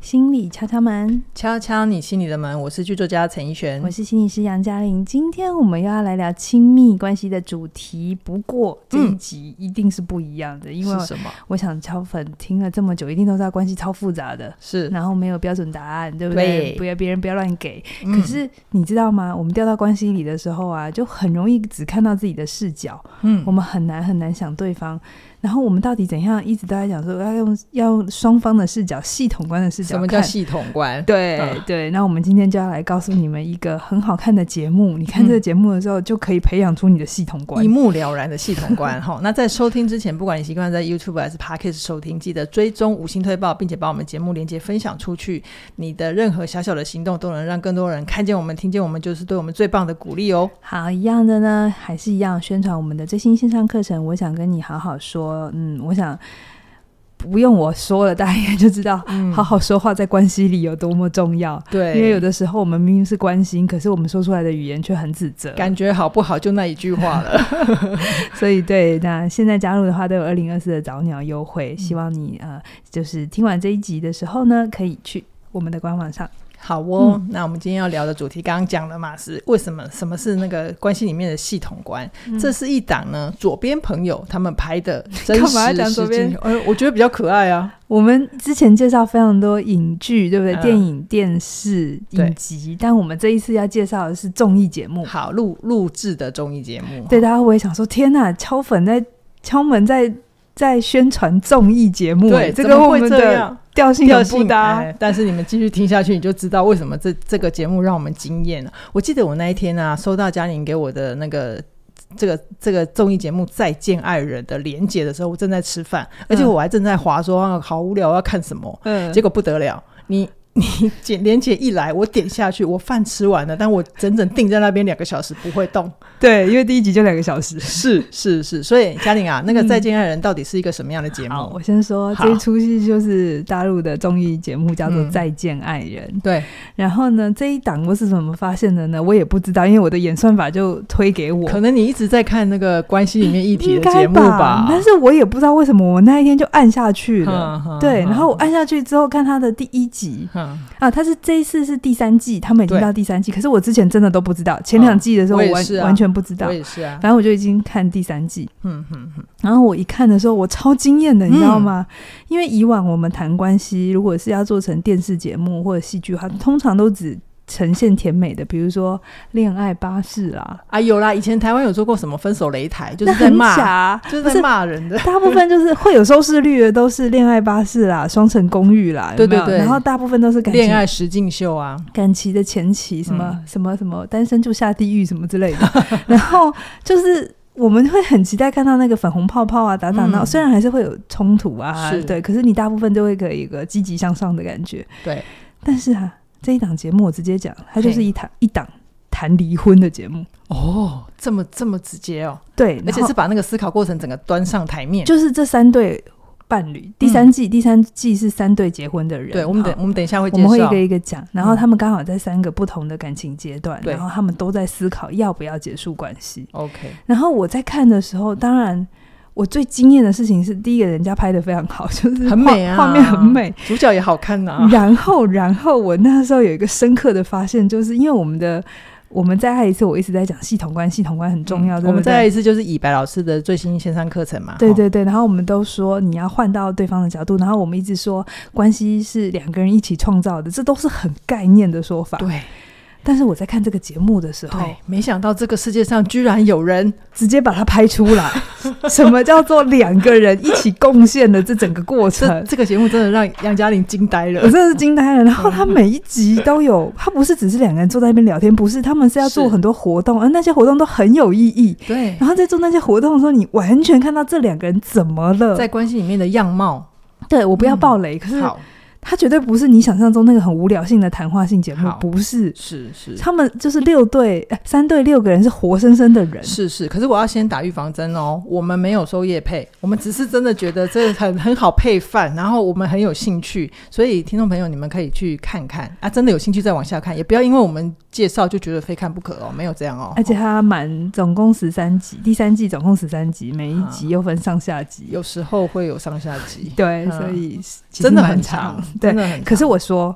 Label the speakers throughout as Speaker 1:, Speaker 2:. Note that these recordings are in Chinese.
Speaker 1: 心理敲敲门，
Speaker 2: 敲敲你心里的门，我是剧作家陈奕璇
Speaker 1: 我。是心理师杨嘉玲。今天我们又要来聊亲密关系的主题，不过这一
Speaker 2: 嗯
Speaker 1: 集一定是不一样的，因为
Speaker 2: 是什么？
Speaker 1: 我想敲粉听了这么久，一定都知道关系超复杂的，
Speaker 2: 是，
Speaker 1: 然后没有标准答案，对不对？
Speaker 2: 对
Speaker 1: 不要别人不要乱给。
Speaker 2: 嗯
Speaker 1: 可是你知道吗？我们掉到关系里的时候啊，就很容易只看到自己的视角，
Speaker 2: 嗯
Speaker 1: 我们很难很难想对方。然后我们到底怎样，一直都在讲说要用要用双方的视角、系统观的视角
Speaker 2: 什
Speaker 1: 看。
Speaker 2: 么叫系统观？
Speaker 1: 对、
Speaker 2: 嗯
Speaker 1: 对，那我们今天就要来告诉你们一个很好看的节目。你看这个节目的时候，就可以培养出你的系统观
Speaker 2: 一。目了然的系统观 哈。那在收听之前，不管你习惯在 YouTube 还是 Podcast 收听，记得追踪五星推报，并且把我们节目连接分享出去。你的任何小小的行动都能让更多人看见我们、听见我们，就是对我们最棒的鼓励哦。
Speaker 1: 好，一样的呢，还是一样宣传我们的最新线上课程。我想跟你好好说，嗯，我想不用我说了，大家也就知道，
Speaker 2: 嗯
Speaker 1: 好，好说话在关系里有多么重要。
Speaker 2: 对，
Speaker 1: 因为有的时候我们明明是关心，可是我们说出来的语言却很指责。
Speaker 2: 感觉好不好就那一句话了。
Speaker 1: 所以对，那现在加入的话都有二零二四的早鸟优惠，希望你呃，就是听完这一集的时候呢，可以去我们的官网 上。
Speaker 2: 好哦，
Speaker 1: 嗯
Speaker 2: 那我们今天要聊的主题刚刚讲了嘛，是为什么什么是那个关系里面的系统观？
Speaker 1: 嗯
Speaker 2: 这是一档呢左边朋友他们拍的真实
Speaker 1: 干嘛要讲
Speaker 2: 实
Speaker 1: 左边
Speaker 2: 境秀？哎，我觉得比较可爱啊。
Speaker 1: 我们之前介绍非常多影剧，对不对？
Speaker 2: 嗯
Speaker 1: 电影、电视、
Speaker 2: 对
Speaker 1: 影集，但我们这一次要介绍的是综艺节目。
Speaker 2: 好录录制的综艺节目，
Speaker 1: 嗯对，大家会不会想说：天呐，敲粉在敲门在在宣传综艺节目、哎
Speaker 2: 对，
Speaker 1: 这
Speaker 2: 怎
Speaker 1: 个
Speaker 2: 么
Speaker 1: 我
Speaker 2: 会
Speaker 1: 们
Speaker 2: 这
Speaker 1: 的
Speaker 2: 样
Speaker 1: 调性
Speaker 2: 调
Speaker 1: 很不
Speaker 2: 性
Speaker 1: 搭。
Speaker 2: 哎但是你们继续听下去，你就知道为什么这这个节目让我们惊艳了。我记得我那一天啊，收到嘉玲给我的那个。这个这个综艺节目《再见爱人》的连结的时候，我正在吃饭，而且我还正在划说、啊、好无聊，要看什么？
Speaker 1: 嗯
Speaker 2: 结果不得了，你你简连姐一来，我点下去，我饭吃完了，但我整整定在那边两个小时不会动。
Speaker 1: 对，因为第一集就两个小时。
Speaker 2: 是 是是，所以嘉玲啊，那个《再见爱人》到底是一个什么样的节
Speaker 1: 嗯
Speaker 2: 目？
Speaker 1: 好，我先说
Speaker 2: 好
Speaker 1: 这一出戏就是大陆的综艺节目，叫做
Speaker 2: 嗯
Speaker 1: 《再见爱人》。
Speaker 2: 对，
Speaker 1: 然后呢，这一档我是怎么发现的呢？我也不知道，因为我的演算法就推给我。
Speaker 2: 可能你一直在看那个关系里面议题
Speaker 1: 应
Speaker 2: 的
Speaker 1: 该
Speaker 2: 节目吧？
Speaker 1: 但是我也不知道为什么我那一天就按下去了。
Speaker 2: 嗯
Speaker 1: 对，然后我按下去之后看他的第一集
Speaker 2: 嗯
Speaker 1: 啊，他是这一次是第三季，他们已经
Speaker 2: 对
Speaker 1: 到第三季，可是我之前真的都不知道，前两季的时候
Speaker 2: 嗯我也
Speaker 1: 完、
Speaker 2: 是啊
Speaker 1: 完全不知道
Speaker 2: 我，也是啊，
Speaker 1: 反正我就已经看第三季，
Speaker 2: 嗯嗯嗯，
Speaker 1: 然后我一看的时候，我超惊艳的，你知道吗？因为以往我们谈关系，如果是要做成电视节目或者戏剧的话，通常都只呈现甜美的，比如说《恋爱巴士》啦，
Speaker 2: 啊有啦，以前台湾有做过什么分手擂台，就是
Speaker 1: 那
Speaker 2: 在
Speaker 1: 很
Speaker 2: 骂，
Speaker 1: 假，
Speaker 2: 就是
Speaker 1: 不
Speaker 2: 在
Speaker 1: 是。
Speaker 2: 骂人的。
Speaker 1: 大部分就是会有收视率的，都是《恋爱巴士》啦，《双城公寓》啦，有没有
Speaker 2: 对对对
Speaker 1: 然后大部分都是感情
Speaker 2: 恋爱实境秀啊，
Speaker 1: 感情的前期，什么、
Speaker 2: 嗯
Speaker 1: 什么什么单身就下地狱什么之类的， 然后就是。我们会很期待看到那个粉红泡泡啊，打打闹，
Speaker 2: 嗯
Speaker 1: 虽然还是会有冲突啊
Speaker 2: 是，
Speaker 1: 对，可是你大部分都会给一个积极向上的感觉。
Speaker 2: 对，
Speaker 1: 但是啊，这一档节目我直接讲，它就是
Speaker 2: 嘿
Speaker 1: 一档一档谈离婚的节目，
Speaker 2: 哦，这么这么直接哦，
Speaker 1: 对，
Speaker 2: 而且
Speaker 1: 然后
Speaker 2: 是把那个思考过程整个端上台面。
Speaker 1: 就是这三对伴侣，第三季、第三季是三对结婚的人，
Speaker 2: 嗯对，我们
Speaker 1: 哈
Speaker 2: 等我们等一下会
Speaker 1: 我
Speaker 2: 介
Speaker 1: 们会一
Speaker 2: 绍
Speaker 1: 个。一个讲，然后
Speaker 2: 嗯
Speaker 1: 他们刚好在三个不同的感情阶段，
Speaker 2: 对
Speaker 1: 然后他们都在思考要不要结束关系。
Speaker 2: OK，
Speaker 1: 然后我在看的时候，当然我最惊艳的事情是，第一个人家拍的非常好，就是
Speaker 2: 很
Speaker 1: 画
Speaker 2: 美啊，
Speaker 1: 画面很美。，
Speaker 2: 主角也好看啊呐。
Speaker 1: 然后，然后我那时候有一个深刻的发现，就是因为我们的我们再爱一次，我一直在讲系统观，系统观很重要，对不对？
Speaker 2: 嗯我们再来一次，就是以白老师的最新线上课程嘛。
Speaker 1: 对
Speaker 2: 哦，
Speaker 1: 对对，然后我们都说你要换到对方的角度，然后我们一直说关系是两个人一起创造的，这都是很概念的说法。
Speaker 2: 对
Speaker 1: 但是我在看这个节目的时候，
Speaker 2: 哦对，没想到这个世界上居然有人
Speaker 1: 直接把它拍出来， 什么叫做两个人一起贡献的这整个过
Speaker 2: 这
Speaker 1: 程？
Speaker 2: 这个节目真的让杨嘉玲惊呆
Speaker 1: 我
Speaker 2: 了。
Speaker 1: 真的是惊呆了，然后他每一集都有，他不是只是两个人坐在那边聊天，不是，他们是要做
Speaker 2: 是
Speaker 1: 很多活动，
Speaker 2: 嗯
Speaker 1: 而那些活动都很有意义。
Speaker 2: 对，
Speaker 1: 然后在做那些活动的时候，你完全看到这两个人怎么了？
Speaker 2: 在关系里面的样貌，
Speaker 1: 对我不要暴雷，可是
Speaker 2: 好
Speaker 1: 他绝对不是你想象中那个很无聊性的谈话性节目
Speaker 2: 好，
Speaker 1: 不是。
Speaker 2: 是是
Speaker 1: 他们就是六对、呃三对六个人是活生生的人，
Speaker 2: 是是，可是我要先打预防针哦，我们没有收业配，我们只是真的觉得这很很好配饭，然后我们很有兴趣，所以听众朋友你们可以去看看啊，真的有兴趣再往下看，也不要因为我们介绍就觉得非看不可哦，没有这样哦，
Speaker 1: 而且它满总共十三集，第三季总共十三集，每
Speaker 2: 嗯
Speaker 1: 一集又分上下集。
Speaker 2: 有时候会有上下集。
Speaker 1: 对，
Speaker 2: 嗯
Speaker 1: 所以其实
Speaker 2: 真的
Speaker 1: 蛮
Speaker 2: 很
Speaker 1: 长
Speaker 2: 长，
Speaker 1: 对
Speaker 2: 真的很
Speaker 1: 可是我说，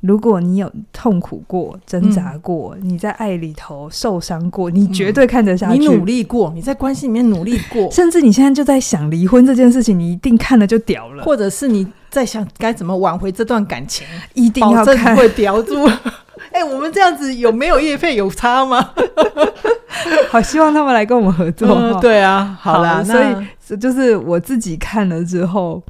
Speaker 1: 如果你有痛苦过、挣扎过，你在爱里头受伤过，你绝对看得下去。
Speaker 2: 嗯你努力过，你在关系里面努力 过，
Speaker 1: 甚至你现在就在想离婚这件事情，你一定看了就屌了，
Speaker 2: 或者是你在想该怎么挽回这段感情，
Speaker 1: 一定
Speaker 2: 保
Speaker 1: 要
Speaker 2: 证
Speaker 1: 看。
Speaker 2: 会标注。 哎、我们这样子有没有业费有差吗？
Speaker 1: 好希望他们来跟我们合作。
Speaker 2: 嗯，对啊，
Speaker 1: 好
Speaker 2: 啦，
Speaker 1: 所
Speaker 2: 那
Speaker 1: 以这就是我自己看了之后。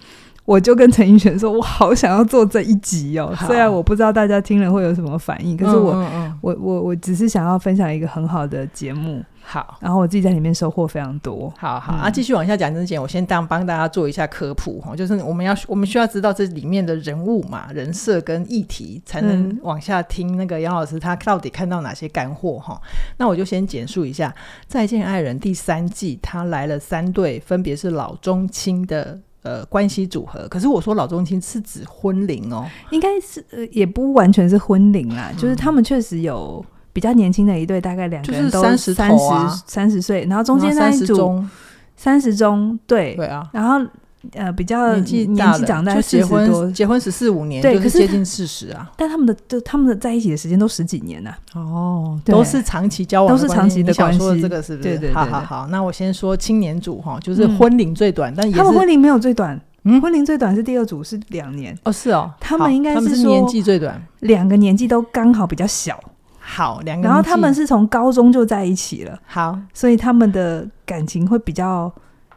Speaker 1: 我就跟陈奕迅说，我好想要做这一集哦。
Speaker 2: 好
Speaker 1: 虽然我不知道大家听了会有什么反应，可是我、
Speaker 2: 嗯嗯嗯
Speaker 1: 我我我只是想要分享一个很好的节目，
Speaker 2: 好。
Speaker 1: 然后我自己在里面收获非常多。
Speaker 2: 好好、
Speaker 1: 嗯
Speaker 2: 啊，继续往下讲之前，我先当帮大家做一下科普哈，就是我们要我们需要知道这里面的人物嘛、人设跟议题，才能
Speaker 1: 嗯
Speaker 2: 往下听那个杨老师他到底看到哪些干货哈。那我就先简述一下《再见爱人》第三季，他来了三对，分别是老中青的呃关系组合。可是我说老中青是指婚龄哦，
Speaker 1: 应该是呃，也不完全是婚龄啦，就是他们确实有比较年轻的一对，大概两个人
Speaker 2: 嗯就是
Speaker 1: 都
Speaker 2: 30
Speaker 1: 三
Speaker 2: 头啊
Speaker 1: 十三十岁，然后中间那
Speaker 2: 三
Speaker 1: 一
Speaker 2: 十
Speaker 1: 组
Speaker 2: 中，
Speaker 1: 三十中对，
Speaker 2: 对啊。
Speaker 1: 然后呃比较
Speaker 2: 年纪
Speaker 1: 年
Speaker 2: 大
Speaker 1: 纪
Speaker 2: 了
Speaker 1: 长
Speaker 2: 就
Speaker 1: 在四
Speaker 2: 结
Speaker 1: 十多
Speaker 2: 婚，，结婚十四五年，
Speaker 1: 对
Speaker 2: 就是
Speaker 1: 可是
Speaker 2: 接
Speaker 1: 他
Speaker 2: 近四十啊。
Speaker 1: 但他们的就他们的在一起的时间都十几年啊呐、
Speaker 2: 哦，
Speaker 1: 对
Speaker 2: 都是长期交往的关系，
Speaker 1: 都是长期的
Speaker 2: 你想说
Speaker 1: 关系
Speaker 2: 这个是不是？
Speaker 1: 对对对
Speaker 2: 好
Speaker 1: 对
Speaker 2: 好好，那我先说青年组哈，就是
Speaker 1: 嗯
Speaker 2: 婚龄最短，但也
Speaker 1: 他们
Speaker 2: 是
Speaker 1: 婚龄没有最短，
Speaker 2: 嗯
Speaker 1: 婚龄最短是第二组是两年，
Speaker 2: 哦是哦，
Speaker 1: 他们
Speaker 2: 好
Speaker 1: 应该
Speaker 2: 他们
Speaker 1: 是
Speaker 2: 是
Speaker 1: 说
Speaker 2: 年纪最短。
Speaker 1: 两个年纪都刚好比较小，
Speaker 2: 好，两个年纪，
Speaker 1: 然后他们是从高中就在一起了，
Speaker 2: 好
Speaker 1: 所以他们的感情会比较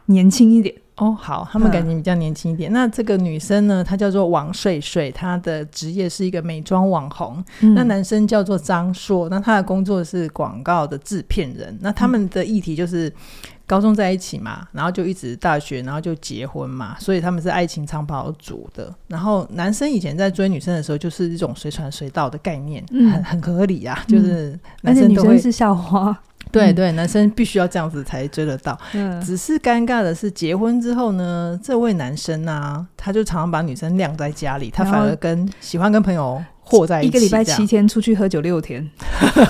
Speaker 1: 年轻一点。
Speaker 2: 哦好，他们
Speaker 1: 嗯
Speaker 2: 感情比较年轻一点。那这个女生呢，她叫做王睡睡，她的职业是一个美妆网红。那
Speaker 1: 嗯
Speaker 2: 男生叫做张硕，那他的工作是广告的制片人。那他们的议题就是高中在一起嘛，然后就一直大学，然后就结婚嘛，所以他们是爱情长跑组的。然后男生以前在追女生的时候，就是一种随传随到的概念，
Speaker 1: 嗯
Speaker 2: 很很合理啊，就是
Speaker 1: 而
Speaker 2: 男
Speaker 1: 且
Speaker 2: 生
Speaker 1: 女
Speaker 2: 都会、
Speaker 1: 生是校花，
Speaker 2: 对
Speaker 1: 嗯
Speaker 2: 对，男生必须要这样子才追得到。
Speaker 1: 嗯
Speaker 2: 只是尴尬的是，结婚之后呢，这位男生啊，他就常常把女生晾在家里，他
Speaker 1: 然
Speaker 2: 反
Speaker 1: 后
Speaker 2: 而跟喜欢跟朋友和在一起，
Speaker 1: 一个礼拜
Speaker 2: 这样
Speaker 1: 七天出去喝酒六天，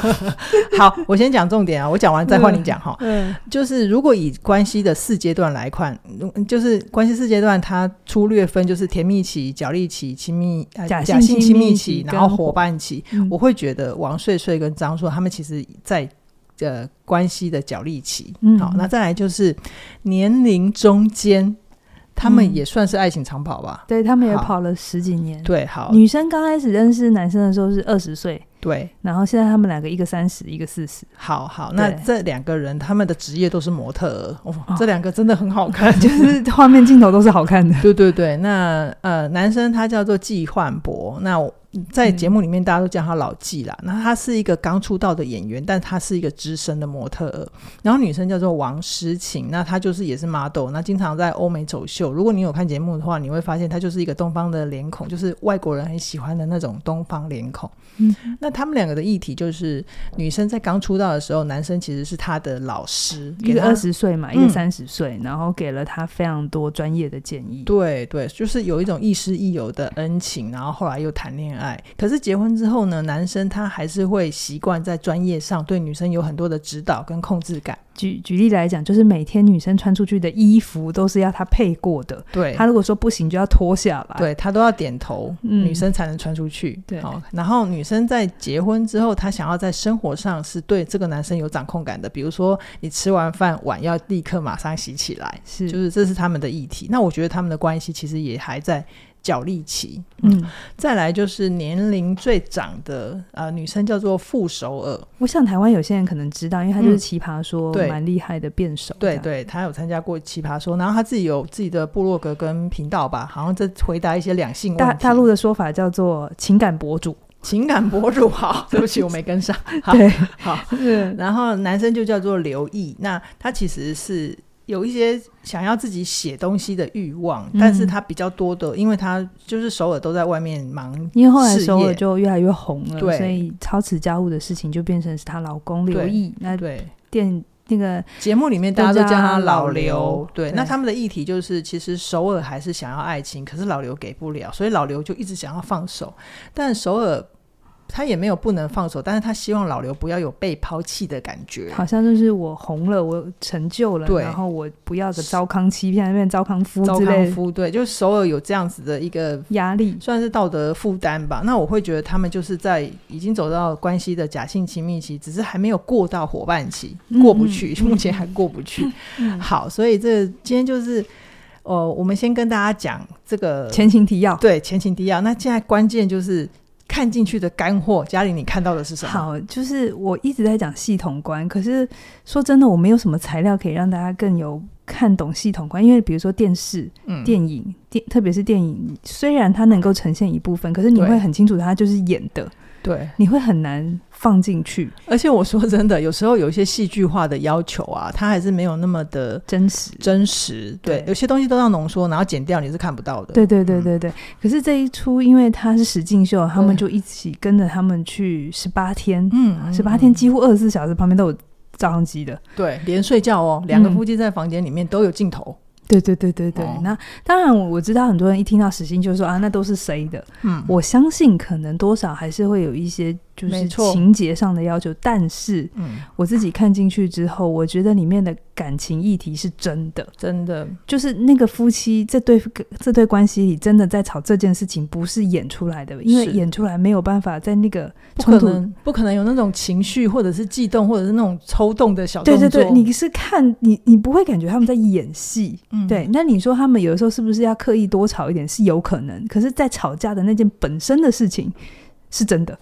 Speaker 2: 好，我先讲重点啊，我讲完再换你讲哈。
Speaker 1: 嗯
Speaker 2: 就是如果以关系的四阶段来看，嗯就是关系四阶段，它粗略分就是甜蜜期、角力期、亲密、呃、
Speaker 1: 假
Speaker 2: 假
Speaker 1: 性
Speaker 2: 性亲
Speaker 1: 亲密
Speaker 2: 密
Speaker 1: 期
Speaker 2: 期，然
Speaker 1: 跟
Speaker 2: 后
Speaker 1: 伙
Speaker 2: 伙伴期。
Speaker 1: 嗯
Speaker 2: 我会觉得王睡睡跟张硕他们其实在呃关系的角力期。
Speaker 1: 嗯
Speaker 2: 好，那再来就是年龄中间，他们
Speaker 1: 嗯
Speaker 2: 也算是爱情长跑吧？
Speaker 1: 对他们也
Speaker 2: 好
Speaker 1: 跑了十几年。
Speaker 2: 对，好，
Speaker 1: 女生刚开始认识男生的时候是二十岁，
Speaker 2: 对，
Speaker 1: 然后现在他们两个一个三十，一个四十，
Speaker 2: 好好。那
Speaker 1: 对
Speaker 2: 这两个人他们的职业都是模特儿，哦
Speaker 1: 哦
Speaker 2: 这两个真的很好看。
Speaker 1: 就是画面镜头都是好看的。
Speaker 2: 对对对，那呃，男生他叫做季焕博，那我
Speaker 1: 嗯
Speaker 2: 在节目里面大家都叫他老季啦。那他是一个刚出道的演员，但他是一个资深的模特儿。然后女生叫做王诗晴，那她就是也是 model，那经常在欧美走秀。如果你有看节目的话，你会发现她就是一个东方的脸孔，就是外国人很喜欢的那种东方脸孔。
Speaker 1: 嗯，
Speaker 2: 那他们两个的议题就是，女生在刚出道的时候，男生其实是她的老师，
Speaker 1: 一
Speaker 2: 给
Speaker 1: 个
Speaker 2: 她
Speaker 1: 二十岁嘛，一个
Speaker 2: 嗯
Speaker 1: 三十岁，然后给了他非常多专业的建议。
Speaker 2: 对对，就是有一种亦师亦友的恩情，然后后来又谈恋爱。可是结婚之后呢，男生他还是会习惯在专业上对女生有很多的指导跟控制感。
Speaker 1: 举举例来讲，就是每天女生穿出去的衣服都是要他配过的，
Speaker 2: 对
Speaker 1: 他如果说不行就要脱下来。，
Speaker 2: 对他都要点头，
Speaker 1: 嗯
Speaker 2: 女生才能穿出去。
Speaker 1: 对
Speaker 2: 好，然后女生在结婚之后，她想要在生活上是对这个男生有掌控感的，比如说你吃完饭碗要立刻马上洗起来，
Speaker 1: 是，
Speaker 2: 就是这是他们的议题。那我觉得他们的关系其实也还在角力期。
Speaker 1: 嗯，
Speaker 2: 再来就是年龄最长的呃女生叫做傅首尔，
Speaker 1: 我想台湾有些人可能知道，因为他就是奇葩说
Speaker 2: 嗯对
Speaker 1: 蛮厉害的辩手。
Speaker 2: 对，对，她有参加过《奇葩说》，然后她自己有自己的部落格跟频道吧，好像在回答一些两性问
Speaker 1: 大
Speaker 2: 题。
Speaker 1: 大陆的说法叫做情感博 主。
Speaker 2: 情感博 主，好，对不起，我没跟上。好
Speaker 1: 对，
Speaker 2: 好，
Speaker 1: 是
Speaker 2: 然后男生就叫做刘毅，那他其实是有一些想要自己写东西的欲望，
Speaker 1: 嗯
Speaker 2: 但是他比较多的，因为他就是首尔都在外面忙
Speaker 1: 因为后来
Speaker 2: 事业
Speaker 1: 首尔就越来越红了，
Speaker 2: 对
Speaker 1: 所以操持家务的事情就变成是她老公
Speaker 2: 对
Speaker 1: 刘毅那
Speaker 2: 对，
Speaker 1: 店那个
Speaker 2: 节目里面大家都叫他老刘，
Speaker 1: 都叫他老刘
Speaker 2: 对，
Speaker 1: 对
Speaker 2: 那他们的议题就是，其实首尔还是想要爱情，可是老刘给不了，所以老刘就一直想要放手，但首尔他也没有不能放手，但是他希望老刘不要有被抛弃的感觉。
Speaker 1: 好像就是我红了，我成就了，
Speaker 2: 对
Speaker 1: 然后我不要个糟糠妻，现在变糟糠夫
Speaker 2: 糟
Speaker 1: 之
Speaker 2: 糠
Speaker 1: 类的
Speaker 2: 夫对，就是首尔有这样子的一个
Speaker 1: 压力。
Speaker 2: 算是道德负担吧。那我会觉得他们就是在已经走到关系的假性亲密期，只是还没有过到伙伴期，
Speaker 1: 嗯
Speaker 2: 过不去， 目前还过不去。
Speaker 1: 嗯
Speaker 2: 好，所以这今天就是，呃，我们先跟大家讲这个
Speaker 1: 前情提要，
Speaker 2: 对前情提要。那现在关键就是看进去的干货，嘉玲你看到的是什么？
Speaker 1: 好，就是我一直在讲系统观，可是说真的，我没有什么材料可以让大家更有看懂系统观，因为比如说电视、
Speaker 2: 嗯，
Speaker 1: 电影、电，特别是电影，虽然它能够呈现一部分，可是你
Speaker 2: 对
Speaker 1: 会很清楚它就是演的，
Speaker 2: 对，
Speaker 1: 你会很难放进去
Speaker 2: 而且我说真的，有时候有一些戏剧化的要求啊，它还是没有那么的
Speaker 1: 真实。
Speaker 2: 真实。对，
Speaker 1: 对
Speaker 2: 有些东西都要浓缩，然后剪掉你是看不到的。
Speaker 1: 对对对
Speaker 2: 嗯
Speaker 1: 对对，可是这一出因为它是实境秀，他们
Speaker 2: 对
Speaker 1: 就一起跟着他们去十八天，
Speaker 2: 嗯，
Speaker 1: 十八天
Speaker 2: 机
Speaker 1: 几乎二十四小时旁边都有照相机的，
Speaker 2: 对，连睡觉哦，两个
Speaker 1: 嗯
Speaker 2: 夫妻在房间里面都有镜头。
Speaker 1: 对对对对对。
Speaker 2: 哦
Speaker 1: 那当然我，我知道很多人一听到实心就说啊，那都是谁的？
Speaker 2: 嗯，
Speaker 1: 我相信可能多少还是会有一些就
Speaker 2: 没
Speaker 1: 是
Speaker 2: 错
Speaker 1: 情节上的要求，但是
Speaker 2: 嗯，
Speaker 1: 我自己看进去之后，我觉得里面的感情议题是真的，
Speaker 2: 真的，
Speaker 1: 就是那个夫妻这对这对关系里真的在吵这件事情，不是演出来的，因为
Speaker 2: 是
Speaker 1: 演出来没有办法在那个
Speaker 2: 不
Speaker 1: 冲
Speaker 2: 可
Speaker 1: 突。
Speaker 2: 能，不可能有那种情绪，或者是悸动，或者是那种抽动的小
Speaker 1: 对
Speaker 2: 动
Speaker 1: 对
Speaker 2: 作。
Speaker 1: 对，你是看你你不会感觉他们在演戏，
Speaker 2: 嗯
Speaker 1: 对，那你说他们有的时候是不是要刻意多吵一点？是有可能，可是，在吵架的那件本身的事情是真的。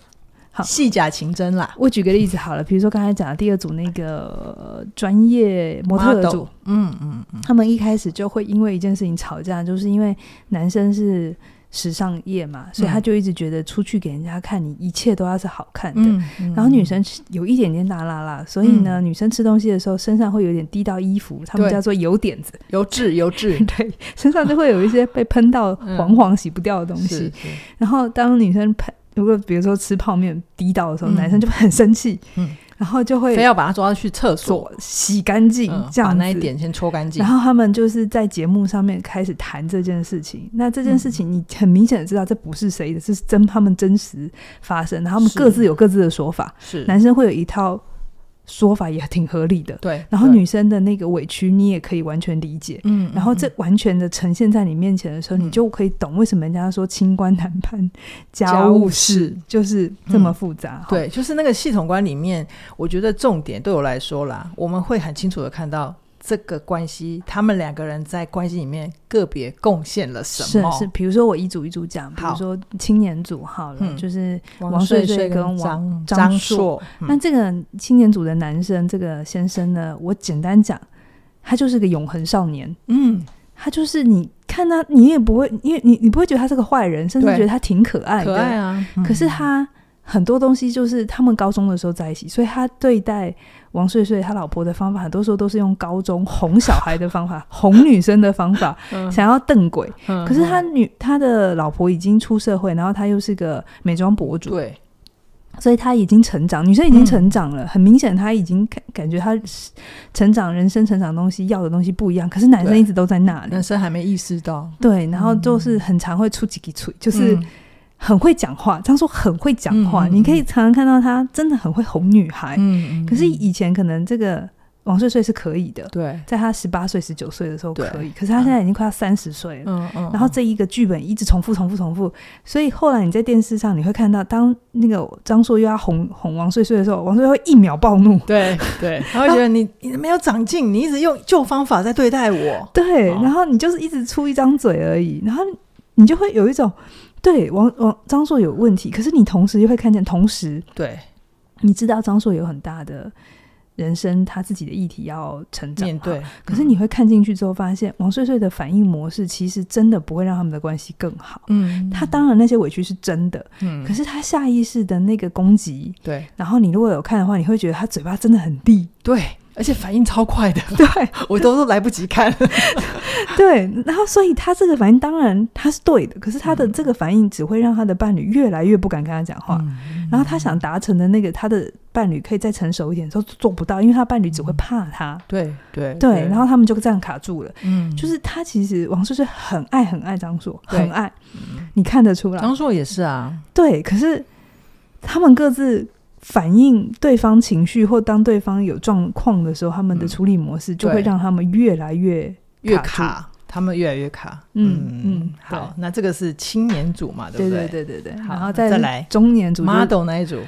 Speaker 1: 好
Speaker 2: 戏假情真啦，
Speaker 1: 我举个例子好了，比如说刚才讲的第二组那个呃专业模特儿
Speaker 2: Model
Speaker 1: 组，
Speaker 2: 嗯嗯嗯，
Speaker 1: 他们一开始就会因为一件事情吵架，就是因为男生是时尚业嘛，所以
Speaker 2: 嗯
Speaker 1: 他就一直觉得出去给人家看，你一切都要是好看的。
Speaker 2: 嗯嗯
Speaker 1: 然后女生吃有一点点大拉拉，所以呢，女生吃东西的时候身上会有点滴到衣服，他们
Speaker 2: 对
Speaker 1: 叫做油点子。
Speaker 2: 油脂油脂
Speaker 1: 对，身上就会有一些被喷到黄黄洗不掉的东西。
Speaker 2: 嗯是，是
Speaker 1: 然后当女生喷，如果比如说吃泡面滴到的时候，
Speaker 2: 嗯
Speaker 1: 男生就会很生气，
Speaker 2: 嗯
Speaker 1: 然后就会
Speaker 2: 非要把它抓去厕所
Speaker 1: 所，洗干净、
Speaker 2: 嗯
Speaker 1: 这样
Speaker 2: 把
Speaker 1: 子。
Speaker 2: 那一点先搓干净
Speaker 1: 然。后他们就是在节目上面开始谈这件事情。那这件事
Speaker 2: 嗯
Speaker 1: 情你很明显的知道，这不是谁的，这是真他们真实发生的。他们
Speaker 2: 是
Speaker 1: 各自有各自的说法，
Speaker 2: 是，
Speaker 1: 男生会有一套说法，也挺合理的。
Speaker 2: 对，
Speaker 1: 然后
Speaker 2: 对，
Speaker 1: 女生的那个委屈，你也可以完全理解。
Speaker 2: 嗯，
Speaker 1: 然后
Speaker 2: 嗯
Speaker 1: 这完全的呈现在你面前的时候，
Speaker 2: 嗯
Speaker 1: 你就可以懂为什么人家说清官难判家
Speaker 2: 家务
Speaker 1: 务
Speaker 2: 事
Speaker 1: 事，
Speaker 2: 嗯
Speaker 1: 就是这么复杂。哈，
Speaker 2: 对，就是那个系统观里面，我觉得重点对我来说啦，我们会很清楚的看到这个关系，他们两个人在关系里面个别贡献了什
Speaker 1: 是
Speaker 2: 么。
Speaker 1: 是，比如说我一组一组讲，比
Speaker 2: 好
Speaker 1: 如说青年组好了，
Speaker 2: 嗯
Speaker 1: 就是
Speaker 2: 王
Speaker 1: 王
Speaker 2: 睡
Speaker 1: 睡睡
Speaker 2: 睡
Speaker 1: 跟
Speaker 2: 跟
Speaker 1: 王
Speaker 2: 张
Speaker 1: 张
Speaker 2: 张
Speaker 1: 硕
Speaker 2: 硕，
Speaker 1: 那
Speaker 2: 嗯
Speaker 1: 这个青年组的男生，这个先生呢，我简单讲，他就是个永恒少年，
Speaker 2: 嗯，
Speaker 1: 他就是你看他，你也不会，因为你你不会觉得他是个坏人，甚至
Speaker 2: 对
Speaker 1: 觉得他挺可爱的，
Speaker 2: 可爱啊。嗯
Speaker 1: 可是他很多东西就是他们高中的时候在一起，所以他对待王睡睡他老婆的方法，很多时候都是用高中哄小孩的方法，哄女生的方法，
Speaker 2: 嗯
Speaker 1: 想要瞪鬼。
Speaker 2: 嗯
Speaker 1: 可是他
Speaker 2: 嗯
Speaker 1: 女他的老婆已经出社会，然后他又是个美妆博主，
Speaker 2: 对
Speaker 1: 所以他已经成长，女生已
Speaker 2: 嗯
Speaker 1: 经成长了，很明显他已经感感觉他是成长人生成长东西要的东西不一样，可是男生
Speaker 2: 对
Speaker 1: 一直都在那里
Speaker 2: 男。生还没意识到，
Speaker 1: 对，然后就是很常会出几个嘴，就是。
Speaker 2: 嗯
Speaker 1: 很会讲话，张硕很会讲话，
Speaker 2: 嗯嗯
Speaker 1: 你可以常常看到他真的很会哄女孩。
Speaker 2: 嗯，嗯
Speaker 1: 哎可是
Speaker 2: 嗯
Speaker 1: 以前可能这个王睡睡是可以的，
Speaker 2: 对，
Speaker 1: 在他十八岁、十九岁的时候
Speaker 2: 对
Speaker 1: 可以，可是他现在已经快要三十岁了。
Speaker 2: 嗯嗯，
Speaker 1: 然后
Speaker 2: 嗯
Speaker 1: 这一个剧本一直重复、重复、重复，所以后来你在电视上你会看到，当那个张硕又要哄哄王睡睡的时候，王睡睡会一秒暴怒。
Speaker 2: 对对，他会觉得你你没有长进，你一直用旧方法在对待我。
Speaker 1: 对，
Speaker 2: 哦
Speaker 1: 然后你就是一直出一张嘴而已，然后你就会有一种对王王张硕有问题，可是你同时又会看见，同时
Speaker 2: 对，
Speaker 1: 你知道张硕有很大的人生他自己的议题要成长，
Speaker 2: 面对。。嗯
Speaker 1: 可是你会看进去之后，发现王睡睡的反应模式其实真的不会让他们的关系更好。
Speaker 2: 嗯，
Speaker 1: 他当然那些委屈是真的，
Speaker 2: 嗯
Speaker 1: 可是他下意识的那个攻击，
Speaker 2: 对
Speaker 1: 然后你如果有看的话，你会觉得他嘴巴真的很利，
Speaker 2: 对，而且反应超快的，
Speaker 1: 对
Speaker 2: 我都都来不及看。
Speaker 1: 对。然后所以他这个反应当然他是对的，可是他的
Speaker 2: 嗯
Speaker 1: 这个反应只会让他的伴侣越来越不敢跟他讲话。
Speaker 2: 嗯
Speaker 1: 然后他想达成的那个，他的伴侣可以再成熟一点的时候做不到，因为他伴侣只会怕他。
Speaker 2: 对嗯对
Speaker 1: 对，然后他们就这样卡住了。
Speaker 2: 嗯，
Speaker 1: 就是他其实王睡睡很爱很爱张硕，
Speaker 2: 对嗯
Speaker 1: 很爱，你看得出来。
Speaker 2: 张硕也是啊，
Speaker 1: 对，可是他们各自反映对方情绪或当对方有状况的时候，他们的
Speaker 2: 嗯
Speaker 1: 处理模式就
Speaker 2: 对
Speaker 1: 会让他们越来越
Speaker 2: 越
Speaker 1: 卡住
Speaker 2: 卡，他们越来越卡。
Speaker 1: 嗯嗯
Speaker 2: 好
Speaker 1: 对，
Speaker 2: 那这个是青年组嘛，
Speaker 1: 对
Speaker 2: 不
Speaker 1: 对？对对对，
Speaker 2: 好
Speaker 1: 然后再
Speaker 2: 再来
Speaker 1: 中年组就是
Speaker 2: model 那一组，嗯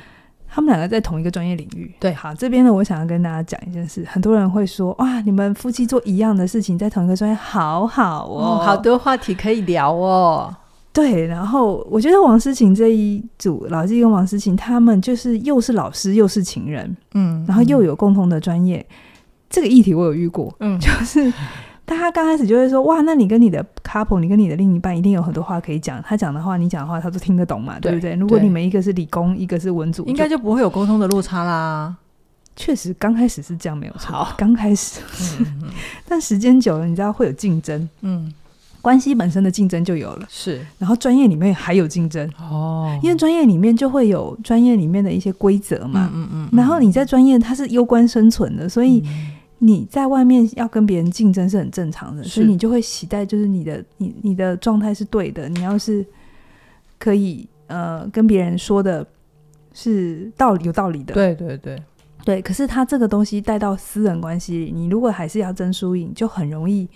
Speaker 1: 他们两个在同一个专业领域。
Speaker 2: 对
Speaker 1: 好，这边呢，我想要跟大家讲一件事，很多人会说，哇，你们夫妻做一样的事情，在同一个专业，好好哦，
Speaker 2: 哦，好。多话题可以聊哦。
Speaker 1: 对，然后我觉得王思琴这一组，老纪跟王思琴，他们就是又是老师，又是情人，
Speaker 2: 嗯
Speaker 1: 然后又有共同的专业，这个议题我有遇过，
Speaker 2: 嗯，
Speaker 1: 就是大家刚开始就会说，哇，那你跟你的 couple，你跟你的另一半一定有很多话可以讲，他讲的话，你讲的话，他都听得懂嘛，对不
Speaker 2: 对
Speaker 1: 对？如果
Speaker 2: 对
Speaker 1: 你们一个是理工，一个是文组，
Speaker 2: 应该就不会有沟通的落差啦。
Speaker 1: 确实刚开始是这样，没有错
Speaker 2: 好。
Speaker 1: 刚开始，
Speaker 2: 嗯
Speaker 1: 但时间久了，你知道会有竞争，
Speaker 2: 嗯，
Speaker 1: 关系本身的竞争就有了，
Speaker 2: 是
Speaker 1: 然后专业里面还有竞争，
Speaker 2: 哦
Speaker 1: 因为专业里面就会有专业里面的一些规则嘛。
Speaker 2: 嗯嗯
Speaker 1: 然后你在专业它是攸关生存的，所以你在外面要跟别人竞争是很正常的，
Speaker 2: 是
Speaker 1: 所以你就会期待就是你的你你的状态是对的，你要是可以呃跟别人说的是道理有道理的，
Speaker 2: 对对对，
Speaker 1: 对，可是他这个东西带到私人关系里，你如果还是要争输赢，就很容易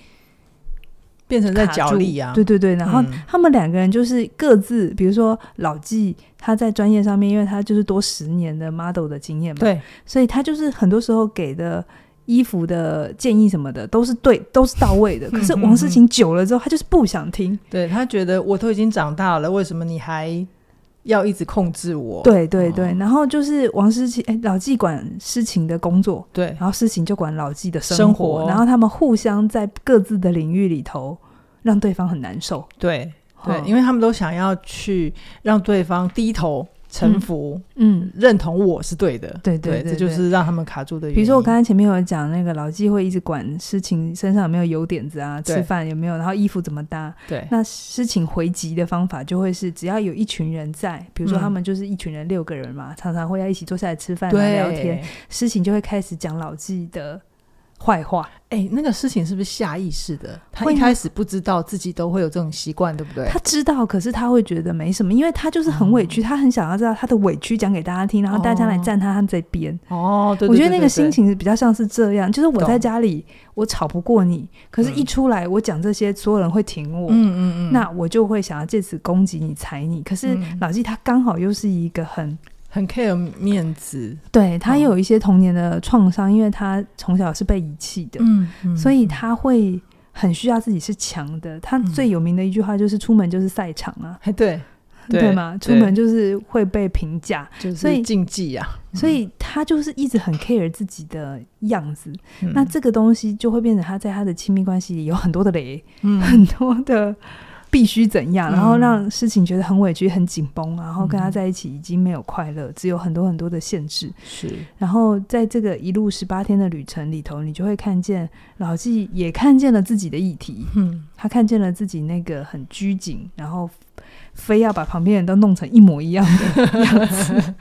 Speaker 2: 变成在
Speaker 1: 卡
Speaker 2: 角
Speaker 1: 住
Speaker 2: 力啊。
Speaker 1: 对对对，然后
Speaker 2: 嗯
Speaker 1: 他们两个人就是各自，比如说老纪他在专业上面，因为他就是多十年的 model 的经验嘛，，
Speaker 2: 对，
Speaker 1: 所以他就是很多时候给的。衣服的建议什么的都是对，都是到 位的。可是王思琴久了之后，他就是不想听。
Speaker 2: 对他觉得我都已经长大了，为什么你还要一直控制我？
Speaker 1: 对对对，然后就是王思琴，哎，老纪管诗情的工作，
Speaker 2: 对，
Speaker 1: 然后事情就管老纪的生
Speaker 2: 生活
Speaker 1: 然后他们互相在各自的领域里头让对方很难受。
Speaker 2: 对对，
Speaker 1: 哦
Speaker 2: 因为他们都想要去让对方低头臣服，
Speaker 1: 嗯，
Speaker 2: 认同我是对的。
Speaker 1: 对嗯对对
Speaker 2: 这就
Speaker 1: 对
Speaker 2: 是让他们卡住的原因。
Speaker 1: 比如说我刚才前面有讲那个老纪会一直管诗情身上有没有油点子啊，
Speaker 2: 对
Speaker 1: 吃饭有没有，然后衣服怎么搭。
Speaker 2: 对
Speaker 1: 那诗情回击的方法就会是，只要有一群人在，比如说
Speaker 2: 嗯
Speaker 1: 他们就是一群人六个人嘛，常常会要一起坐下来吃饭、啊、
Speaker 2: 对
Speaker 1: 聊天，。诗情就会开始讲老纪的坏话。
Speaker 2: 哎、那个事情是不是下意识的？他
Speaker 1: 会
Speaker 2: 一
Speaker 1: 吗
Speaker 2: 开始不知道自己都会有这种习惯，对不对？
Speaker 1: 他知道，可是他会觉得没什么，因为他就是很
Speaker 2: 嗯
Speaker 1: 委屈，他很想要知道他的委屈讲给大家听，然后大家来站他他这边。
Speaker 2: 哦，对
Speaker 1: 我
Speaker 2: 对
Speaker 1: 觉得那
Speaker 2: 对对
Speaker 1: 个心
Speaker 2: 对
Speaker 1: 情是比较像是这样，就是我
Speaker 2: 懂
Speaker 1: 在家里我吵不过你，可是一
Speaker 2: 嗯
Speaker 1: 出来我讲这些，所有人会挺我。
Speaker 2: 嗯嗯嗯，
Speaker 1: 那我就会想要借此攻击你、踩你。可是
Speaker 2: 嗯
Speaker 1: 老纪他刚好又是一个很
Speaker 2: 很 care 面子，
Speaker 1: 对他
Speaker 2: 嗯
Speaker 1: 有一些童年的创伤，因为他从小是被遗弃的，
Speaker 2: 嗯，嗯
Speaker 1: 所以他会很需要自己是强的。他
Speaker 2: 嗯
Speaker 1: 最有名的一句话就是“出门就是赛场”啊，
Speaker 2: 哎 对，对
Speaker 1: 对吗？出
Speaker 2: 对
Speaker 1: 门就是会被评价，
Speaker 2: 就
Speaker 1: 所
Speaker 2: 是
Speaker 1: 以
Speaker 2: 禁忌啊。
Speaker 1: 所以他就是一直很 care 自己的样子。
Speaker 2: 嗯
Speaker 1: 那这个东西就会变成他在他的亲密关系里有很多的雷，
Speaker 2: 嗯
Speaker 1: 很多的必须怎样，然后让事情觉得很委屈、很紧绷，然后跟
Speaker 2: 嗯
Speaker 1: 他在一起已经没有快乐，只有很多很多的限制。
Speaker 2: 是
Speaker 1: 然后在这个一路十八天的旅程里头，你就会看见老纪也看见了自己的议题，
Speaker 2: 嗯
Speaker 1: 他看见了自己那个很拘谨，然后非要把旁边人都弄成一模一样的样 子。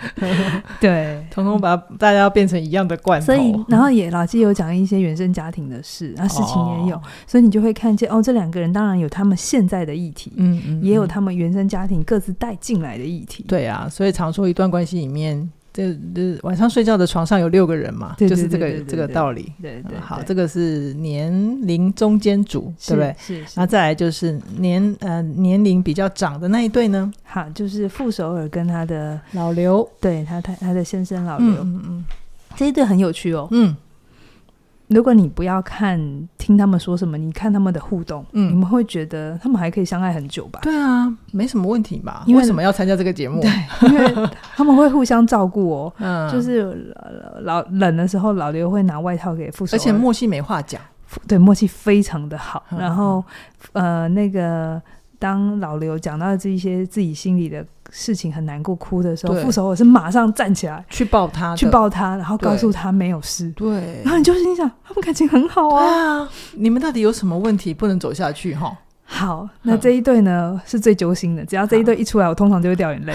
Speaker 1: 对，
Speaker 2: 通通把大家变成一样的罐头，
Speaker 1: 所以然后也老纪有讲一些原生家庭的事，然后事情也有，
Speaker 2: 哦
Speaker 1: 所以你就会看见哦，这两个人当然有他们现在的议题，
Speaker 2: 嗯嗯，
Speaker 1: 也有
Speaker 2: 嗯
Speaker 1: 他们原生家庭各自带进来的议题。
Speaker 2: 对啊，所以常说一段关系里面，这这晚上睡觉的床上有六个人嘛，
Speaker 1: 对对
Speaker 2: 就是这
Speaker 1: 对
Speaker 2: 个
Speaker 1: 对对
Speaker 2: 这个
Speaker 1: 对
Speaker 2: 道理。
Speaker 1: 对对
Speaker 2: 嗯好，
Speaker 1: 对
Speaker 2: 这个是年龄中间组，对
Speaker 1: 是
Speaker 2: 不对？
Speaker 1: 是是
Speaker 2: 那再来就是年呃年龄比较长的那一对呢，
Speaker 1: 好，就是傅首尔跟他的
Speaker 2: 老刘，
Speaker 1: 对他他他的先生老
Speaker 2: 嗯
Speaker 1: 刘、
Speaker 2: 嗯嗯
Speaker 1: 这一对很有趣哦。
Speaker 2: 嗯，
Speaker 1: 如果你不要看听他们说什么，你看他们的互动，
Speaker 2: 嗯
Speaker 1: 你们会觉得他们还可以相爱很久吧？
Speaker 2: 对啊，没什么问题吧？
Speaker 1: 因为
Speaker 2: 为什么要参加这个节目？
Speaker 1: 对，因为他们会互相照顾哦。
Speaker 2: 嗯，
Speaker 1: 就是呃老冷的时候，老刘会拿外套给傅首
Speaker 2: 而
Speaker 1: 尔，
Speaker 2: 且默契没话讲，
Speaker 1: 对默契非常的好。
Speaker 2: 嗯
Speaker 1: 然后，呃，那个当老刘讲到这一些自己心里的事情很难过哭的时候，
Speaker 2: 对
Speaker 1: 傅首尔是马上站起来
Speaker 2: 去抱他的，
Speaker 1: 去抱他，然后告诉他没有事。
Speaker 2: 对
Speaker 1: 然。后你就心想，他们感情很好啊。
Speaker 2: 哇，你们到底有什么问题不能走下去？哈，
Speaker 1: 好，那这一对呢是最揪心的，只要这一对一出来，我通常就会掉眼泪。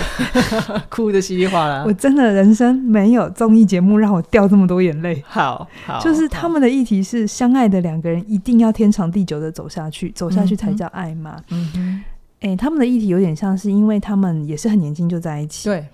Speaker 2: 哭的稀里哗啦
Speaker 1: 我。真的人生没有综艺节目让我掉这么多眼泪。
Speaker 2: 好，好，
Speaker 1: 就是他
Speaker 2: 好，
Speaker 1: 们的议题是，相爱的两个人一定要天长地久的走下去，走下去
Speaker 2: 嗯
Speaker 1: 才
Speaker 2: 哼
Speaker 1: 叫爱嘛。
Speaker 2: 嗯哼，
Speaker 1: 哎、他们的议题有点像是，因为他们也是很年轻就在一起，
Speaker 2: 对，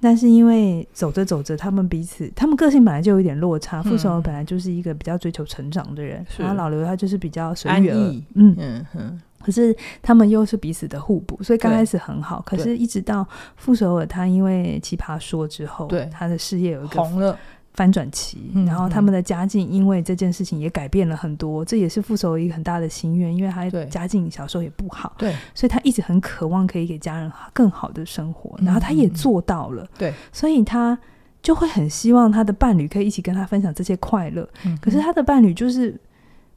Speaker 1: 但是因为走着走着，他们彼此，他们个性本来就有一点落差。
Speaker 2: 嗯
Speaker 1: 傅首尔本来就是一个比较追求成长的人，
Speaker 2: 是
Speaker 1: 然后老刘他就是比较随
Speaker 2: 安
Speaker 1: 遇而
Speaker 2: 逸
Speaker 1: 嗯。
Speaker 2: 嗯哼，
Speaker 1: 可是他们又是彼此的互补，所以刚开始很好。可
Speaker 2: 对
Speaker 1: 是，一直到傅首尔他因为《奇葩说》之后，
Speaker 2: 对
Speaker 1: 他的事业有一个
Speaker 2: 红了，
Speaker 1: 翻转期，
Speaker 2: 嗯
Speaker 1: 然后他们的家境因为这件事情也改变了很多，这也是傅首尔一个很大的心愿，因为他
Speaker 2: 对
Speaker 1: 家境小时候也不好，
Speaker 2: 对，
Speaker 1: 所以他一直很渴望可以给家人更好的生活，
Speaker 2: 嗯
Speaker 1: 然后他也做到了，
Speaker 2: 对，
Speaker 1: 所以他就会很希望他的伴侣可以一起跟他分享这些快乐，
Speaker 2: 嗯
Speaker 1: 可是他的伴侣就是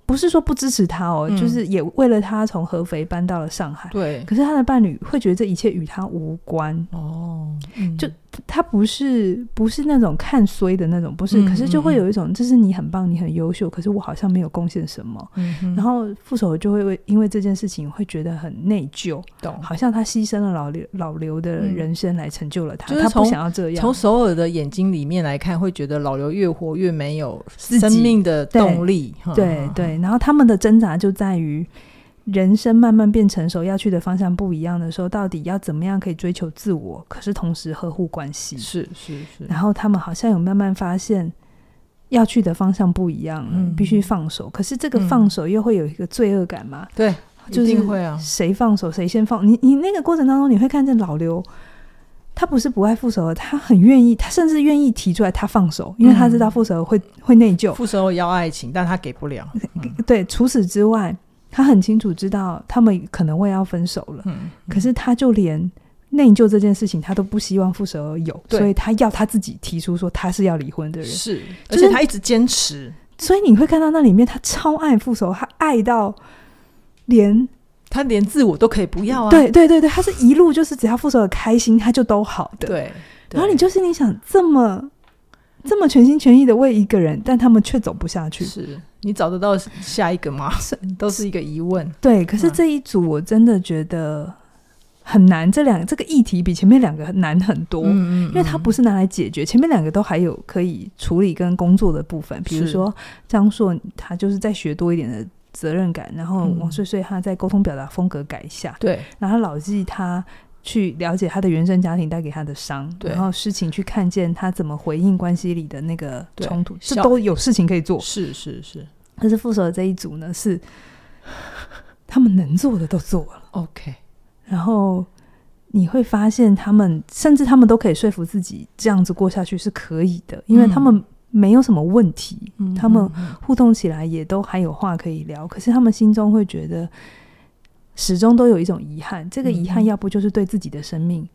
Speaker 1: 不是说不支持他哦，
Speaker 2: 嗯
Speaker 1: 就是也为了他从合肥搬到了上海，
Speaker 2: 对，
Speaker 1: 可是他的伴侣会觉得这一切与他无关，
Speaker 2: 哦，
Speaker 1: 就他不是不是那种看衰的那种，不是，
Speaker 2: 嗯
Speaker 1: 可是就
Speaker 2: 嗯
Speaker 1: 会
Speaker 2: 嗯
Speaker 1: 有一种，这是你很棒，你很优秀，可是我好像没有贡献什么。
Speaker 2: 然
Speaker 1: 然后副手就会为因为这件事情会觉得很内疚，
Speaker 2: 懂，
Speaker 1: 好像他牺牲了老刘老刘的人生来成就了他，
Speaker 2: 嗯就是
Speaker 1: 他不
Speaker 2: 从
Speaker 1: 想要这样。
Speaker 2: 从首尔的眼睛里面来看，会觉得老刘越活越没有
Speaker 1: 自己
Speaker 2: 生命的动力。哈嗯
Speaker 1: 对，对，然后他们的挣扎就在于人生慢慢变成熟，要去的方向不一样的时候，到底要怎么样可以追求自我，可是同时呵护关系
Speaker 2: 哈。是是是，
Speaker 1: 然后他们好像有慢慢发现要去的方向不一样了，
Speaker 2: 嗯
Speaker 1: 必须放手。可是这个
Speaker 2: 嗯
Speaker 1: 放手又会有一个罪恶感嘛？
Speaker 2: 对，
Speaker 1: 就
Speaker 2: 一
Speaker 1: 是
Speaker 2: 定会啊，
Speaker 1: 谁放手谁先放？你你那个过程当中，你会看见老刘。他不是不爱傅首尔，他很愿意，他甚至愿意提出来他放手，因为他
Speaker 2: 嗯
Speaker 1: 知道傅首尔会、会内疚。
Speaker 2: 傅首尔要爱情，但他给不了。嗯
Speaker 1: 对，除此之外，他很清楚知道他们可能会要分手了，
Speaker 2: 嗯，
Speaker 1: 可是他就连内疚这件事情，他都不希望傅首尔有，
Speaker 2: 对
Speaker 1: 所以他要他自己提出说他是要离婚的人。
Speaker 2: 是，
Speaker 1: 就
Speaker 2: 而
Speaker 1: 是
Speaker 2: 且他一直坚持，
Speaker 1: 所以你会看到那里面他超爱副手，他爱到连、
Speaker 2: 他连自我都可以不要啊。
Speaker 1: 对对对对，他是一路就是只要副手开心，他就都好的。，
Speaker 2: 对，
Speaker 1: 然后你就心里想，这么这么全心全意的为一个人，但他们却走不下去。
Speaker 2: 是你找得到下一个吗
Speaker 1: 是？
Speaker 2: 都是一个疑问。
Speaker 1: 对，可是
Speaker 2: 嗯
Speaker 1: 这一组我真的觉得很难，这两这个议题比前面两个难很多。
Speaker 2: 嗯
Speaker 1: 因为它不是拿来解决，前面两个都还有可以处理跟工作的部分，比如
Speaker 2: 是
Speaker 1: 说张硕他就是再学多一点的责任感，然后
Speaker 2: 嗯
Speaker 1: 王睡睡他在沟通表达风格改一下，
Speaker 2: 对
Speaker 1: 然后老纪他去了解他的原生家庭带给他的伤，
Speaker 2: 对
Speaker 1: 然后事情去看见他怎么回应关系里的那个
Speaker 2: 对
Speaker 1: 冲突，这
Speaker 2: 小
Speaker 1: 都有事情可以做。
Speaker 2: 是是是
Speaker 1: 可是副手的这一组呢，是他们能做的都做了，
Speaker 2: ，OK，
Speaker 1: 然后。你会发现，他们甚至他们都可以说服自己这样子过下去是可以的，因为
Speaker 2: 嗯
Speaker 1: 他们没有什么问题，
Speaker 2: 嗯
Speaker 1: 他们
Speaker 2: 嗯
Speaker 1: 互动起来也都还有话可以聊，可是他们心中会觉得始终都有一种遗憾，这个遗憾
Speaker 2: 嗯
Speaker 1: 要不就是对自己的生命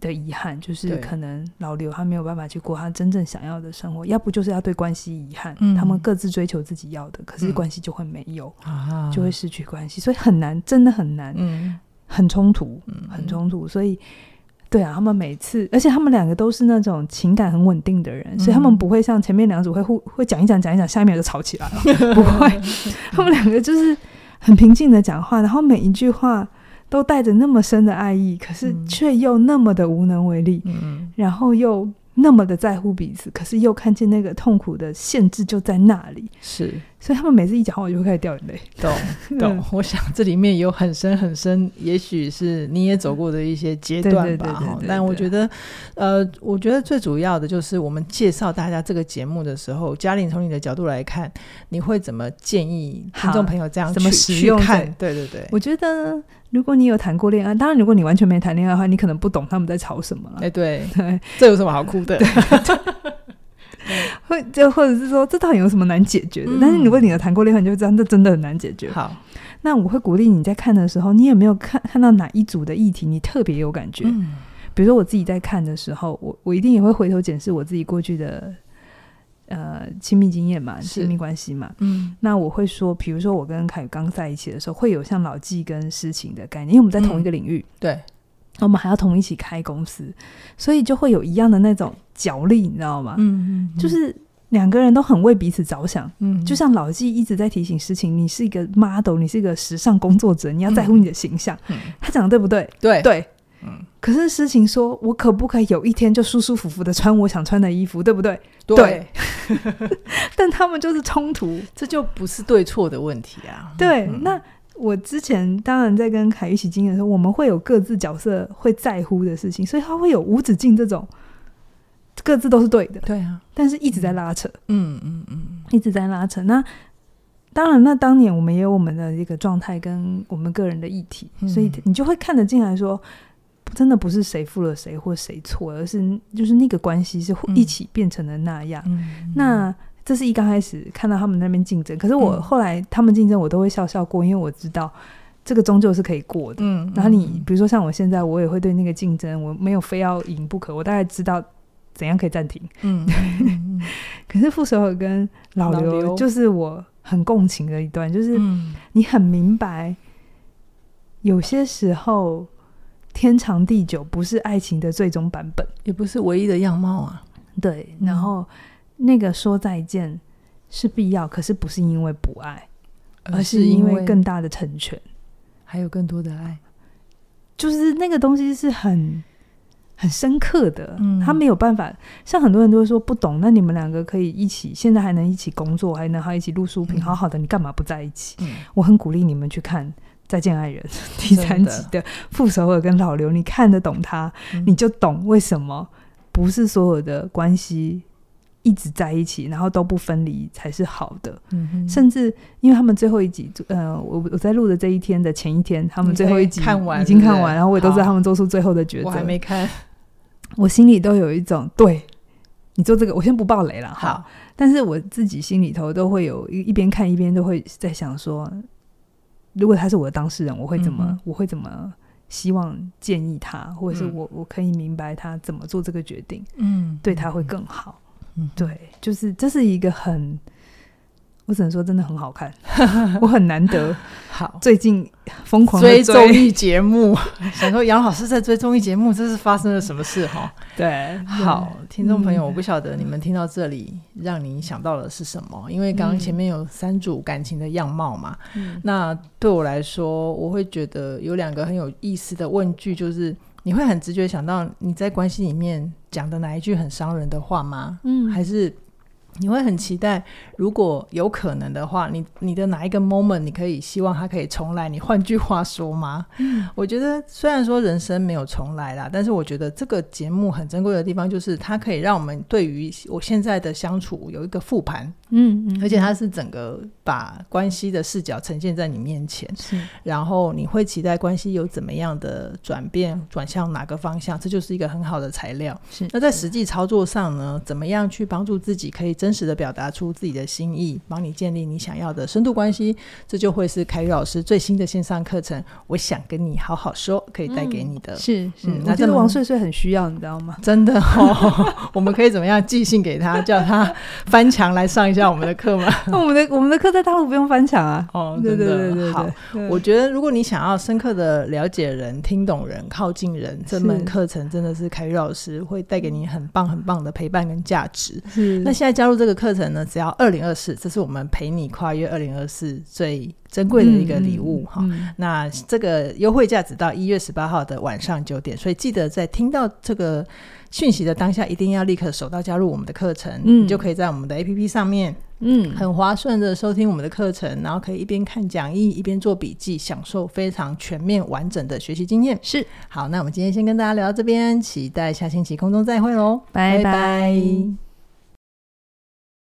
Speaker 1: 的遗憾，就是
Speaker 2: 对
Speaker 1: 可能老刘他没有办法去过他真正想要的生活，要不就是要对关系遗憾，
Speaker 2: 嗯
Speaker 1: 他们各自追求自己要的，可是
Speaker 2: 嗯
Speaker 1: 关系就会没有，
Speaker 2: 啊
Speaker 1: 就会失去关系，所以很难，真的很难，
Speaker 2: 嗯
Speaker 1: 很冲突，
Speaker 2: 嗯
Speaker 1: 很冲突，所以。对啊，他们每次，而且他们两个都是那种情感很稳定的人，所以他们
Speaker 2: 嗯
Speaker 1: 不会像前面两组会互会讲一讲讲一讲，下一秒就吵起来了，不会， 他们两个就是很平静的讲话，然后每一句话都带着那么深的爱意，可是
Speaker 2: 嗯
Speaker 1: 却又那么的无能为力，
Speaker 2: 嗯
Speaker 1: 然后又那么的在乎彼此，可是又看见那个痛苦的限制就在那里，
Speaker 2: 是
Speaker 1: 所以他们每次一讲话，我就会开始掉眼泪。
Speaker 2: 懂
Speaker 1: 嗯
Speaker 2: 懂，我想这里面有很深很深，也许是你也走过的一些阶
Speaker 1: 对对
Speaker 2: 段
Speaker 1: 对
Speaker 2: 吧。
Speaker 1: 对
Speaker 2: 哈
Speaker 1: 对
Speaker 2: 但我
Speaker 1: 对
Speaker 2: 觉得，呃，我觉得最主要的就是我们介绍大家这个节目的时候，嘉玲从你的角度来看，你会怎么建议听
Speaker 1: 好
Speaker 2: 众朋友这样
Speaker 1: 怎么
Speaker 2: 去
Speaker 1: 使
Speaker 2: 去
Speaker 1: 用
Speaker 2: 看
Speaker 1: 这？
Speaker 2: 对对对，
Speaker 1: 我觉得，如果你有谈过恋爱，当然如果你完全没谈恋爱的话，你可能不懂他们在吵什么了。
Speaker 2: 哎对，
Speaker 1: 对，
Speaker 2: 这有什么好哭的？
Speaker 1: 或就或者是说，这到底有什么难解决的？
Speaker 2: 嗯
Speaker 1: 但是如果你有谈过恋爱，你就知道这真的很难解决。
Speaker 2: 好，
Speaker 1: 那我会鼓励你在看的时候，你有没有看看到哪一组的议题你特别有感觉？
Speaker 2: 嗯
Speaker 1: 比如说我自己在看的时候，我我一定也会回头检视我自己过去的呃亲密经验嘛，
Speaker 2: 是
Speaker 1: 亲密关系嘛。
Speaker 2: 嗯，
Speaker 1: 那我会说，比如说我跟凯宇刚在一起的时候，会有像老纪跟诗情的概念，因为我们在
Speaker 2: 嗯
Speaker 1: 同一个领域，
Speaker 2: 对，
Speaker 1: 我们还要同一起开公司，所以就会有一样的那种角力，你知道吗？
Speaker 2: 嗯
Speaker 1: 就。是两个人都很为彼此着想，
Speaker 2: 嗯，
Speaker 1: 就像老纪一直在提醒诗情，你是一个 model，你是一个时尚工作者，你要在乎你的形象。
Speaker 2: 嗯
Speaker 1: 他讲的对不对？
Speaker 2: 对
Speaker 1: 对。
Speaker 2: 嗯
Speaker 1: 可是诗情说：“我可不可以有一天就舒舒服服的穿我想穿的衣服，对不 对
Speaker 2: 对
Speaker 1: 对？”但他们就是冲突。
Speaker 2: 嗯这就不是对错的问题啊。
Speaker 1: 对，那我之前当然在跟凯一起经验的时候，我们会有各自角色会在乎的事情，所以他会有无止境这种各自都是对的，
Speaker 2: 对啊，
Speaker 1: 但是一直在拉扯，
Speaker 2: 嗯嗯嗯，
Speaker 1: 一直在拉扯。那当然，那当年我们也有我们的一个状态跟我们个人的议题，
Speaker 2: 嗯
Speaker 1: 所以你就会看得进来说，真的不是谁负了谁或谁错，而是就是那个关系是
Speaker 2: 嗯
Speaker 1: 一起变成了那样。
Speaker 2: 嗯
Speaker 1: 那这是一刚开始看到他们那边竞争，可是我
Speaker 2: 嗯
Speaker 1: 后来他们竞争我都会笑笑过，因为我知道这个终究是可以过的。
Speaker 2: 嗯，
Speaker 1: 然后你
Speaker 2: 嗯
Speaker 1: 比如说像我现在，我也会对那个竞争，我没有非要赢不可，我大概知道怎样可以暂停。
Speaker 2: 嗯 嗯
Speaker 1: 可是傅首尔跟老
Speaker 2: 老
Speaker 1: 刘
Speaker 2: 刘
Speaker 1: 就是我很共情的一段，就
Speaker 2: 嗯
Speaker 1: 是
Speaker 2: 嗯
Speaker 1: 你很明白，有些时候天长地久不是爱情的最终版本。
Speaker 2: 也不是唯一的样貌啊，
Speaker 1: 对，
Speaker 2: 嗯
Speaker 1: 然后那个说再见是必要，可是不是因为不爱，而是因
Speaker 2: 嗯
Speaker 1: 为更大的成全，
Speaker 2: 还有更多的爱，
Speaker 1: 就是那个东西是很很深刻的，
Speaker 2: 嗯
Speaker 1: 他没有办法。像很多人都会说不懂，那你们两个可以一起，现在还能一起工作，还能还一起录书评，
Speaker 2: 嗯
Speaker 1: 好好的，你干嘛不在一起？
Speaker 2: 嗯，
Speaker 1: 我很鼓励你们去看《再见爱人》 第
Speaker 2: 真
Speaker 1: 三
Speaker 2: 的
Speaker 1: 集的傅首尔跟老刘，你看得懂他，
Speaker 2: 嗯
Speaker 1: 你就懂为什么不是所有的关系一直在一起，然后都不分离才是好的。
Speaker 2: 嗯哼
Speaker 1: 甚至因为他们最后一集，呃，我我在录的这一天的前一天，他们
Speaker 2: 你
Speaker 1: 最
Speaker 2: 可
Speaker 1: 后一
Speaker 2: 以
Speaker 1: 集
Speaker 2: 看完
Speaker 1: 已经
Speaker 2: 对不
Speaker 1: 看
Speaker 2: 对
Speaker 1: 完，然后我也都知道
Speaker 2: 好
Speaker 1: 他们做出最后的抉择。
Speaker 2: 我还没看，
Speaker 1: 我心里都有一种对。你做这个，我先不爆雷了哈。
Speaker 2: 好，
Speaker 1: 但是我自己心里头都会有一一边看一边都会在想说，如果他是我的当事人，我会怎么，
Speaker 2: 嗯哼
Speaker 1: 我会怎么希望建议他，或者是
Speaker 2: 嗯
Speaker 1: 我、我可以明白他怎么做这个决定，
Speaker 2: 嗯，
Speaker 1: 对他会更好。
Speaker 2: 嗯
Speaker 1: 对，就是这是一个很，我只能说真的很好看， 我很难得
Speaker 2: 好。
Speaker 1: 最近疯狂地
Speaker 2: 追综
Speaker 1: 追，
Speaker 2: 艺节目，想说杨老师在追综艺节目，这是发生了什么事哈？
Speaker 1: 对，
Speaker 2: 好，听众朋友，我不晓得你们听到这里，让你想到的是什么？因为刚刚前面有三组感情的样貌嘛，
Speaker 1: 嗯，
Speaker 2: 那对我来说，我会觉得有两个很有意思的问句，就是你会很直觉想到你在关系里面讲的哪一句很伤人的话吗？
Speaker 1: 嗯，
Speaker 2: 还是你会很期待，如果有可能的话，你你的哪一个 moment 你可以希望它可以重来？你换句话说吗？
Speaker 1: 嗯
Speaker 2: 我觉得虽然说人生没有重来啦，但是我觉得这个节目很珍贵的地方就是它可以让我们对于我现在的相处有一个复盘，
Speaker 1: 嗯，嗯
Speaker 2: 而且它是整个把关系的视角呈现在你面前，
Speaker 1: 是
Speaker 2: 然后你会期待关系有怎么样的转变，转向哪个方向，这就是一个很好的材料。
Speaker 1: 是，
Speaker 2: 那在实际操作上呢，怎么样去帮助自己可以真实的表达出自己的心意，帮你建立你想要的深度关系？这就会是凯宇老师最新的线上课程。我想跟你好好说，可以带给你的。
Speaker 1: 是是，
Speaker 2: 嗯那
Speaker 1: 我觉
Speaker 2: 这
Speaker 1: 得
Speaker 2: 么
Speaker 1: 王睡睡很需要，你知道吗？
Speaker 2: 真的哦， 我们可以怎么样寄信给他，叫他翻墙来上一下我们的课吗？
Speaker 1: 那我们的我们的课在大陆不用翻墙啊。
Speaker 2: 哦，
Speaker 1: 对对
Speaker 2: 真的
Speaker 1: 对对
Speaker 2: 好
Speaker 1: 对，，对
Speaker 2: 我觉得，如果你想要深刻的了解人、听懂人、靠近人，这门
Speaker 1: 是
Speaker 2: 课程真的是凯宇老师会带给你很棒、很棒的陪伴跟价值。
Speaker 1: 是
Speaker 2: 那现在加入这个课程呢，只要二零二四，这是我们陪你跨越二零二四最珍贵的一个礼物哈。
Speaker 1: 嗯
Speaker 2: 那这个优惠价只到一月十八号的晚上九点，所以记得在听到这个讯息的当下，一定要立刻手到加入我们的课程，
Speaker 1: 嗯
Speaker 2: 你就可以在我们的 APP 上面
Speaker 1: 嗯，嗯
Speaker 2: 很划算的收听我们的课程，然后可以一边看讲义一边做笔记，享受非常全面完整的学习经验。
Speaker 1: 是，
Speaker 2: 好，那我们今天先跟大家聊到这边，期待下星期空中再会喽，
Speaker 1: 拜
Speaker 2: 拜
Speaker 1: 拜